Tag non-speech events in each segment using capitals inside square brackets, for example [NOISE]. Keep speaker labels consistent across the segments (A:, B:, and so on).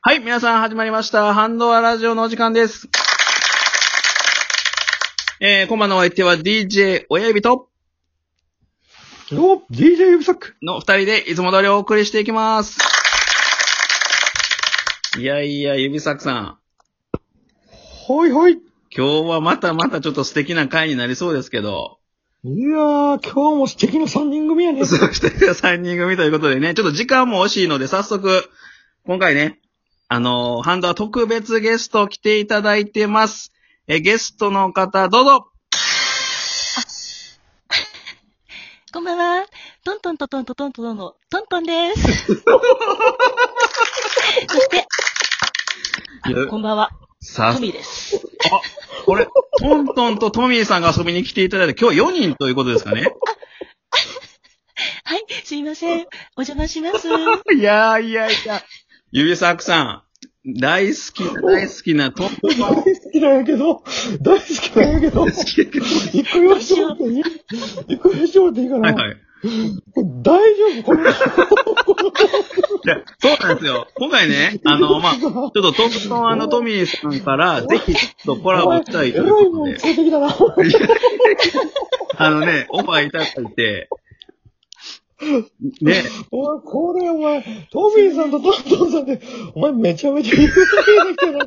A: はい、皆さん始まりました。ハンドアラジオのお時間です。えー、今晩のお相手は DJ 親指と
B: お !DJ 指サック
A: の二人でいつも通りお送りしていきます。いやいや、指作さん。
B: はいはいい
A: 今日はまたまたちょっと素敵な回になりそうですけど、
B: やー、今日も素敵な3人組やね。
A: そうして3人組ということでね、ちょっと時間も惜しいので早速、今回ね、あのーハンドは特別ゲスト来ていただいてます。えー、ゲストの方、どうぞ
C: こんばんは。トントントントントントントンのトント
B: [LAUGHS]
C: ンです。そして、あこんばんは。
A: さ
C: トミーです。
A: これ、トントンとトミーさんが遊びに来ていただいて、今日4人ということですかね
C: はい、すいません。お邪魔し
B: [LAUGHS]
C: ます。
A: [LAUGHS] いやいやいや。指サークさん、大好きな、大好きなトントン
B: 大好きなんやけど、大好きなんやけど、一
A: 好き
B: 個言わしてもらっていい一個言わしてもらっていいか
A: は
B: ない
A: はい。
B: 大丈夫この
A: いやそうなんですよ。今回ね、あの、まあ、ちょっとトントントミーさんから、ぜひちょっとコラボしたいという
B: えらい
A: こと
B: もん
A: で
B: つ、いてきたな。
A: あのね、オファーいただいて、ね、
B: お前、これお前、トミーさんとトントンさんで、お前めちゃめちゃ有名な人やな。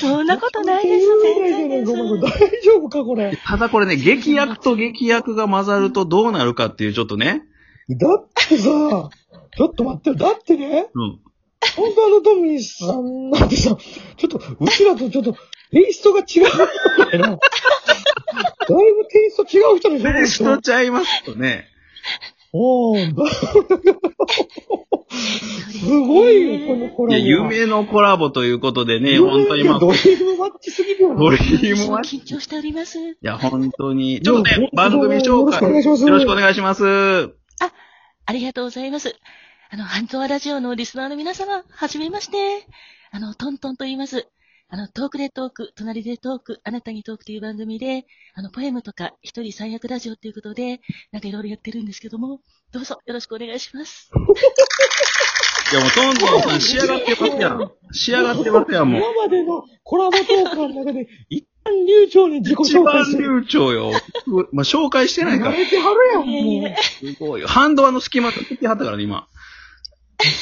C: そんなことないです。全然
B: ごめんごめん
C: で
B: 大
C: す。
B: 丈夫かこれ。
A: ただこれね、劇薬と劇薬が混ざるとどうなるかっていう、ちょっとね、
B: だってさ、ちょっと待ってよ。だってね、
A: うん。
B: 本当あのトミーさんなんてさ、ちょっと、うちらとちょっと、テイストが違うみたいな。だいぶテイスト違う人でしょ
A: ベースと
B: この人
A: ちゃいますとね。
B: おー、だすごいよ、このコ
A: い
B: ラ
A: や、
B: ボ。
A: 夢のコラボということでね、
B: 夢
A: 本当にまあ、
B: ドリームマッチすぎるよ。
A: ドリー
C: 私
A: ムは
C: も
A: い
C: 緊張しております。
A: や、本当に。ちょっと
B: いや
A: ね、番組紹介。
B: よろしくお願いします
A: よろしくお願いします。
C: ありがとうございます。あの、半沢ラジオのリスナーの皆様、はじめまして。あの、トントンと言います。あの、トークでトーク、隣でトーク、あなたにトークという番組で、あの、ポエムとか、一人三役ラジオということで、なんかいろいろやってるんですけども、どうぞよろしくお願いします。
A: いや、もう、トントンさん仕上がってますやん。仕上がってますやん、もう。
B: 今までのコラボトークの中で、一旦流暢に自己
A: 一
B: 紹介
A: 番
B: してる。
A: 流暢よ。まあ、紹介してないか
B: 慣
A: ら。
B: れてはるやん、
C: いやい
B: も
C: や
B: う。
A: すごいよ。ハンドアの隙間突きはったからね、今。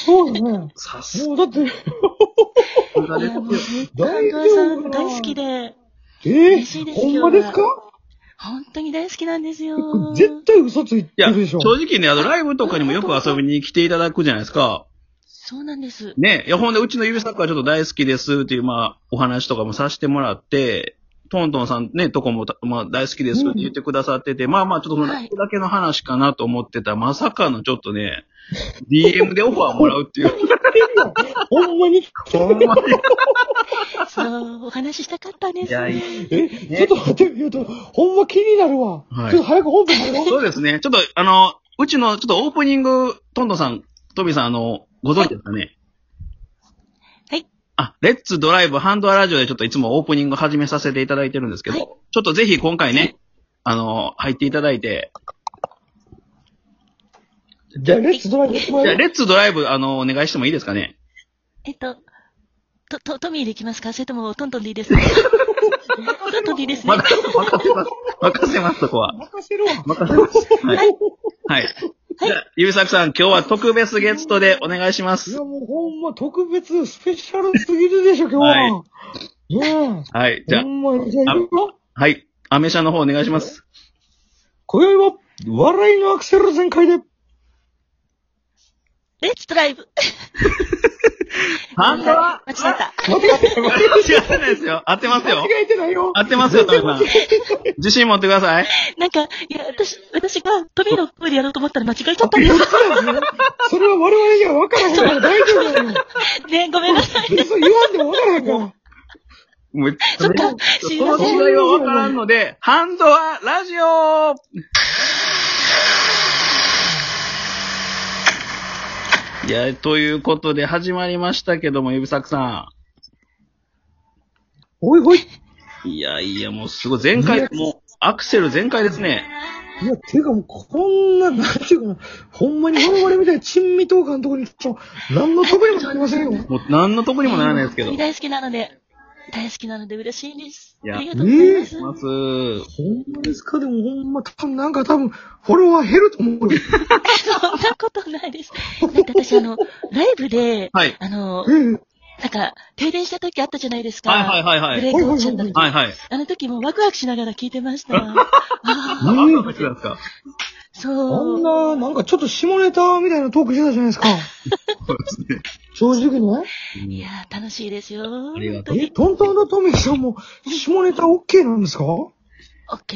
B: そうだね。
A: さす
B: もうだって、
A: が
C: い
A: です
C: や
A: よ
C: もうずっと
B: 大
C: 安
B: 丈
C: 藤さ
B: 夫
C: ん大好きで、
B: え
C: 嬉しい
B: ー、
C: です
B: ほんまですか
C: 本当に大好きなんですよ。
B: 絶対嘘つい
A: い
B: て
A: や、
B: るでし
A: 正
B: ょ。
A: 直ね、あの、ライブとかにもよく遊びに来ていただくじゃないですか。
C: そうなんです。
A: ね、いや、ほんで、うちの指サッカーちょっと大好きですっていう、まあ、お話とかもさせてもらって、トントンさんね、とこもた、まあ、大好きですって言ってくださってて、まあまあ、ちょっとその、
C: はい
A: だけの話かなと思ってた、まさかのちょっとね、DM でオファーもらう
C: [LAUGHS]
A: っていう。
B: ほんまに。
A: ほんまに
C: そう、お話ししたかったんで
A: い
C: す。
A: やい
B: え、ちょっと待って、言うと、ほんま気になるわ。
A: はい
B: ちょっと早く本編入ろ。
A: そううですね。ちょっと、あの、うちの、ちょっとオープニング、トントンさん、トミーさん、あの、ご存知ですかね
C: はい。
A: あ、レッツドライブハンドアラジオでちょっといつもオープニング始めさせていただいてるんですけど、
C: はい
A: ちょっとぜひ今回ね、あの、入っていただいて、
B: じゃあ、レッツドライブ行っても
A: じゃ
B: ら
A: あ
B: える
A: レッツドライブ、あの、お願いしてもいいですかね
C: えっと、と、と、トミーでいきますかそれとも、トントンでい
A: [LAUGHS]
C: いですかトントンでいいです
A: ま。
C: ね
A: だ、任せます。任せます、そこは。
B: 任せるわ。
A: 任せます。はい。はい。じゃあ、ゆうさくさん、今日は特別ゲストでお願いしま
B: い
A: す
B: や、。もうほんま特別スペシャルすぎるでしょ、今日は。ね
A: はい。じ
B: え。
A: ゃ
B: ほんまに、じゃあ、
A: あ
B: 行くよ。
A: あ、はい。アメ車の方お願いします。
B: 今宵は、笑いのアクセル全開で。
C: レッツドライブ
A: ハンドは
C: [LAUGHS] 間違えた。
B: 間違ってない。
A: 間違ってないですよ。合ってますよ
B: 間。違えてないよ。
A: 合ってますよ、トミさん。自信持ってください。
C: なんか、いや、私、私がトミーの声でやろうと思ったら間違えちゃったんです。
B: それは我々には分からへんから大丈夫だよ。
C: ね、ごめんなさい。
B: 別に言わんでも分からへんから。
A: もう、
C: そっか、すい
A: この
C: ませ
A: 違
C: ん。
A: いはわからんので、ハンドはラジオいや、ということで始まりましたけども、指作さ
B: おいおい。
A: ん。いやいや、もうすごい、前回、もう、アクセル全開ですね。
B: いや、てかもう、こんな、なんていうかな、ほんまに我々みたいな珍味党官のとこに、ちょ、何の得にもなりませんよ。
A: もう何の得にもならないですけど。
C: 本
A: い
C: 当に大好きなので、大好きなので嬉しいです。
A: いや
C: ありがとうござ [LAUGHS] います。
A: ます。
B: ほんまですかでもほんま、多分なんか多分、フォロワー減ると思うよ。
C: そんなことないです。なんか私、あの、ライブで、
A: はい。
C: あの、
B: ええ
C: なんか、停電した時あったじゃないですか。
A: はいはいはいは
C: ブレ
A: い。
C: イク落ちちゃった時。
A: はいはい。
C: あの時もワクワクしながら聞いてました。ああ
A: あ、あんな時なんですか
B: あ
C: そ
B: ん
C: う。
B: な、なんかちょっと下ネタみたいなトークしてたじゃないですか。
A: そうですね。
B: 正直ね。
C: いやー、楽しいですよ。
A: ありがとう
C: 本
B: え、トントンのトミーさんも、下ネタ OK なんですか
C: 当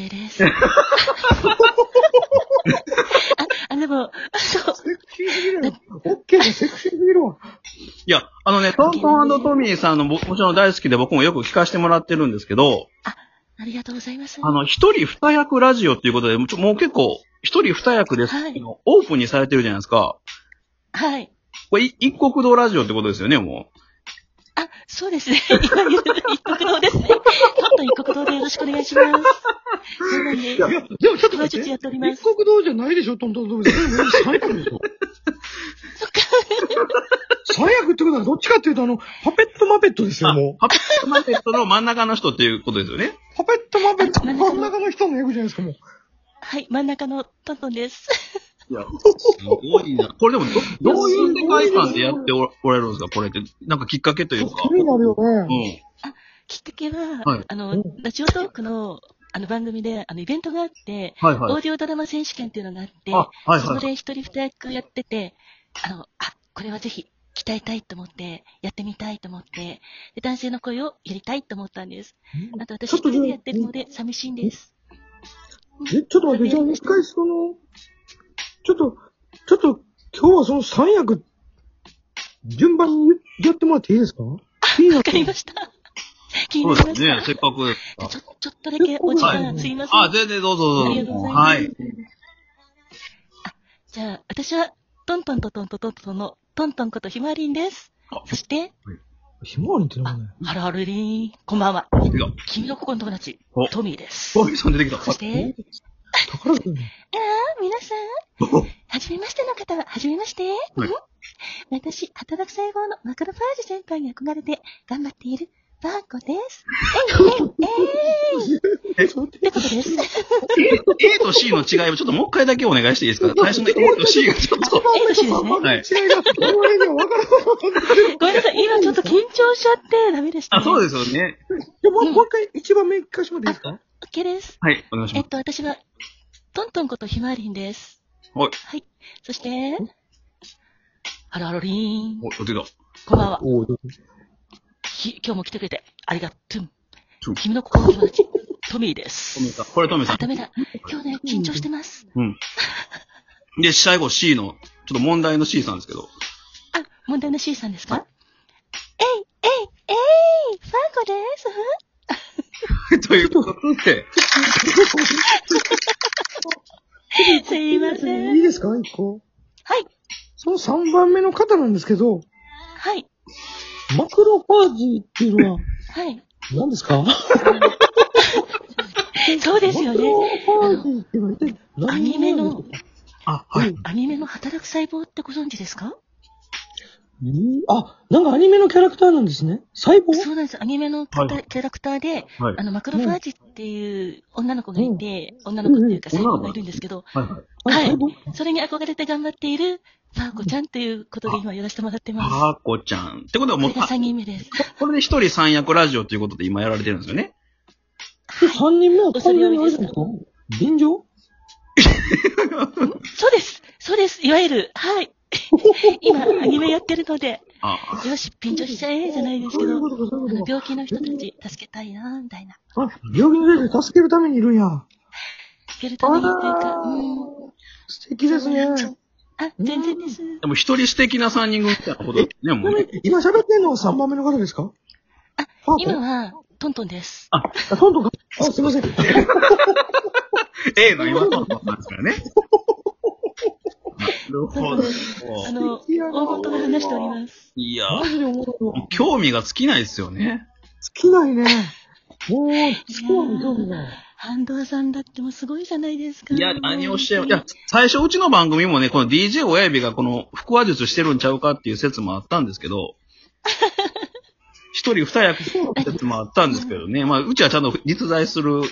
C: に
A: [LAUGHS]
C: OK です。あ、あ、でも、そう。
B: セクシーすぎるよ。OK がセクシーすぎるわ。
A: いや、あのね、トントントミーさんの僕もちろん大好きで僕もよく聞かせてもらってるんですけど、
C: ありがとうございます。
A: あの、一人二役ラジオっていうことで、もうちょもう結構、一人二役です、
C: はい
A: オープンにされてるじゃないですか。
C: はい。
A: これ、い一国道ラジオってことですよね、も
C: あ、そうですね。今言う一国堂ですね。ちょっと一国堂でよろしくお願いします。そうなんです。
B: いや、でもちょっと
C: 今
B: 待っ
C: ちょっと
B: て。
C: やっております
B: 一。国道じゃないでしょ、トントントミーさん。でも三役でしょ。
C: そっか。
B: 三役ってことはどっちかっていうと、あの、パペットマペットです
A: う。
B: よ、もう。
A: あパペットマペットの真ん中の人っていうことですよね。
B: パペットマペット、
C: 真ん中の
B: 真ん中の人の役じゃないですか、もう。
C: はい、真ん中のトントンです。
A: いや、すごいな。これでもど、どういう世界観でやっておおられるんですかこれって。なんかきっかけというか。
B: 気になるよね。
A: うん。
C: きっかけは、
A: はい
C: あ
B: う
C: の
B: ん、
C: ラジオトークの、あの番組で、あの、イベントがあって、
A: はい
C: オ
A: は
C: ー
A: い。
C: ディオドラマ選手権っていうのがあって、
A: あ、はい
C: そ
A: は
C: こ
A: い。
C: で一人二役やってて、あの、あ、これはぜひ鍛えたいと思って、やってみたいと思って、で男性の声をやりたいと思ったんです。あと私
B: ちょ
C: 一
B: っと
C: 人でやってるので寂しいんです。
B: え、ちょっと待って、じゃあ一回その、ちょっと、ちょっと、今日はその三役、順番にやってもらっていいですか気にな
C: わ
B: っ
C: か
B: て
C: り
B: る
C: ました。気に
A: そ
C: な
A: う
C: り
A: で
C: ますした。
A: ね。せっかく。あ
C: ちょちょっとだけお時間すいません。
A: あ、全然どうぞど
C: あり
A: う
C: がとう
A: ぞ。
C: ございます
A: はい。
C: じゃあ、私は、トントンとトントントントンの、トントンことひまわりんです
A: あ。
C: そして、
B: ひまわりって名前。
C: ハロハロリン、こんばんは。
A: いや、
C: 君のここの友達
A: お、
C: トミーです。
A: ボーイさん出 [LAUGHS] てきた。
C: そして、
B: 宝くん。
C: 皆さん、
A: お
C: はじめましての方は、はじめまして。
A: はい
C: 私、働く細胞のマクロファージ先輩に憧れて頑張っているバーコです。えい
B: え、ちょっと
C: えいえいってことです。
A: A と C の違いをちょっともう一回だけお願いしていいですか最初の A と C がちょっと。
B: 違いが、この辺では分からなかった。
C: ごめんなさい、今ちょっと緊張しちゃってダメでした、
A: あ、
C: ね。
A: そう
C: で
A: ですよね。
B: じゃあもうもう一回、一番目一回しまでいいですか
C: す。OK です。
A: はい、お願いし
C: え
A: ま
C: っ
A: す。
C: と、私は、トントンことひまわりんです。
A: はい。
C: はい。そして、ハロハロリーン
A: お、。お、出た。
C: こんばんは。
B: おお、
C: ひ今日も来てくれて、ありがとん
A: トゥ。ン
C: 君の心の友達、トミーです
A: ト。ミーさん。これトミーさ
C: あ、ダ
A: ん。
C: メだ。今日ね、緊張してます。
A: で、最後 C の、ちょっと問題の C さんですけど。
C: あ、問題の C さんです
A: は
C: かえい、えい、えい、ファンコです。
A: ということで、
C: すいませ
B: いい
C: ん。
B: ですか一個。
C: はい、
B: その三番目の方なんですけど、
C: はい、
B: マクロファージっていうのは
C: はい。
B: [LAUGHS] 何ですか
C: そうですよ
B: マ
C: ね。
B: クロファージっていうのは一体何
C: アニメ
B: なん
C: の
B: で、
A: あ、はい。
C: アニメの働く細胞ってご存知ですか
B: すか。あ、なんかアニメのキャラクターなんですね。細胞
C: そうなんです。アニメの方
A: はい
C: キャラクターで、
A: はい
C: あ。の、マクロファージっていう女の子がいて、女の子っていうか
A: うん
C: 細胞がいるんですけど、
A: はいはい。
C: はい
B: 細胞
C: それに憧れて頑張っている、ファーコちゃんということで今やらせてもらってます。
A: はーこちゃん。ってことは
C: こ
A: もう
C: れ、が3人目です。
A: あこれで一人三役ラジオということで今やられてるんですよね。
B: で、三人目は完全にあれじゃないですか便乗
C: そうです。そうです。いわゆる、
B: [LAUGHS]
C: はい。今、アニメやってるので、
A: あ、
C: よし、ピンチョしちゃえ、じゃないです
B: そ
C: け
B: ういう
C: ど、
B: ことか、そう
C: あ
B: いう
C: の
B: ことか。
C: 病気の人たち助けたいな、みたいな。
B: あ、病気の人を助けるためにいるんや。
C: 助けるためにっていうか、うん。
B: 素敵ですね。
C: あ、全然です。
A: でも一人素敵な三人組みたいなことですね、もう
C: [LAUGHS]
A: ね。
B: 今喋ってんのは3番目の方ですか
C: あ、
B: ファー
C: 今
B: コ
C: は、トントンです。
B: あ、トントンか。あ、すいま
C: [LAUGHS]
B: せん。
A: A の今のことなんですから
C: [LAUGHS]
A: ね。なるほど。
C: あの、
B: 素敵や
C: 大
B: な
C: 元が話しております。
A: いや、
B: マジで思う
A: もう
B: の。
A: 興味が尽きないですよね。
B: 尽きないね。もう、尽きない、興味が。
C: 半藤さんだってもうすごいじゃないですか。
A: いや、何をしても、いや、最初うちの番組もね、この DJ 親指がこの腹話術してるんちゃうかっていう説もあったんですけど、一人二役って説もあったんですけどね、まあ、うちはちゃんと実在する、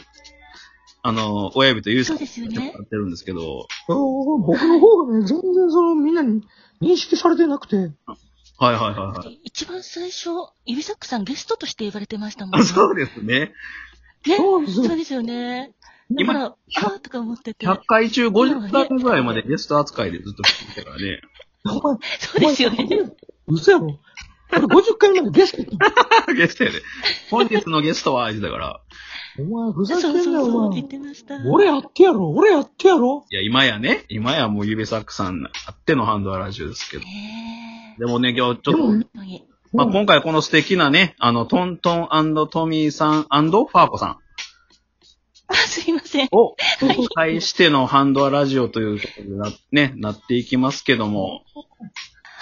A: あの、親指と優さん
C: そうですよね
A: やってるんですけど、
B: 僕の方がね、全然その、みんなに認識されてなくて。
A: はいはいはいはい。
C: 一番最初、指サックさんゲストとして呼ばれてましたもん
A: あ [LAUGHS] そうですね。
C: ね。
B: そうです
C: そうですよね。だ
A: 今
C: から、あーとか思ってて。
A: 100回中50回ぐらいまでゲスト扱いでずっと来てたからね。 [LAUGHS]
B: お前、
C: そうですよね。
B: 嘘やろ。俺50回までゲストって。
A: ゲストやで。本日のゲストは、あいつだから。
B: お前、ふざ
C: そう
B: け
C: そ
B: ん
C: う
B: なよ、
C: そう
B: お
C: って
B: 前
C: 言っ。てました。
B: 俺やってやろ、俺やってやろ。
A: いや、今やね、今やもうゆべさくさんあってのハンドアラジオですけど。
C: ねえ
A: でもね、今日ちょっと、
C: 本当に。
A: まあ、今回この素敵なね、あの、トントントミーさんファーコさん
C: あ、すいません。
A: を介してのハンドアラジオということでな、ね、なっていきますけども。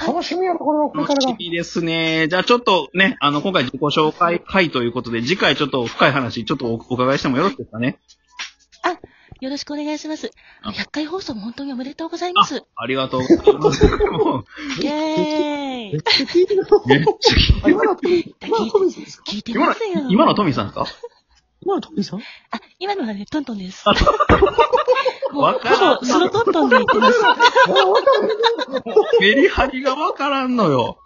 B: 楽しみやろ、これは、これか
A: 楽
B: ら
A: し
B: が。
A: みですね。じゃあちょっとね、あの、今回自己紹介会ということで、次回ちょっと深い話、ちょっとおお伺いしてもよろしいですかね。
C: よろしくお願いします。
A: あ
C: 100回放送も本当におめでとうございま
A: あ
C: す。、
A: ありがとうござい [LAUGHS] ます。も
C: イェー
B: め
C: イ
B: っ。ちゃ聞いて
C: [LAUGHS]
B: る
A: うめっちゃ
B: あ今のトミー、今のトミーさんですか
C: 聞いて
A: 今
C: ま
A: の
C: すよ。、
A: 今のトミーさんですか
B: 今のトミーさん
C: あ、今のはね、トントンです。 [LAUGHS] もう
A: わからん
C: ほぼそのトントンで
B: [LAUGHS]
C: 言ってます。
A: メリハリがわからんのよ。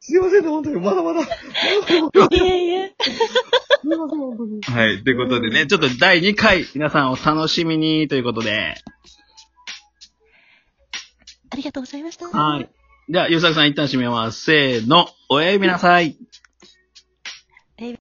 B: すいませんね、本当に。まだまだ。まだまだ
C: [LAUGHS] いえいえ。
B: すいません、本当に。
A: はい。ということでね、ちょっと第2回、皆さんお楽しみにということで。
C: ありがとうございました。
A: はい。じゃあ、ゆうさくさん一旦閉めます。せーの、おやゆみなさい。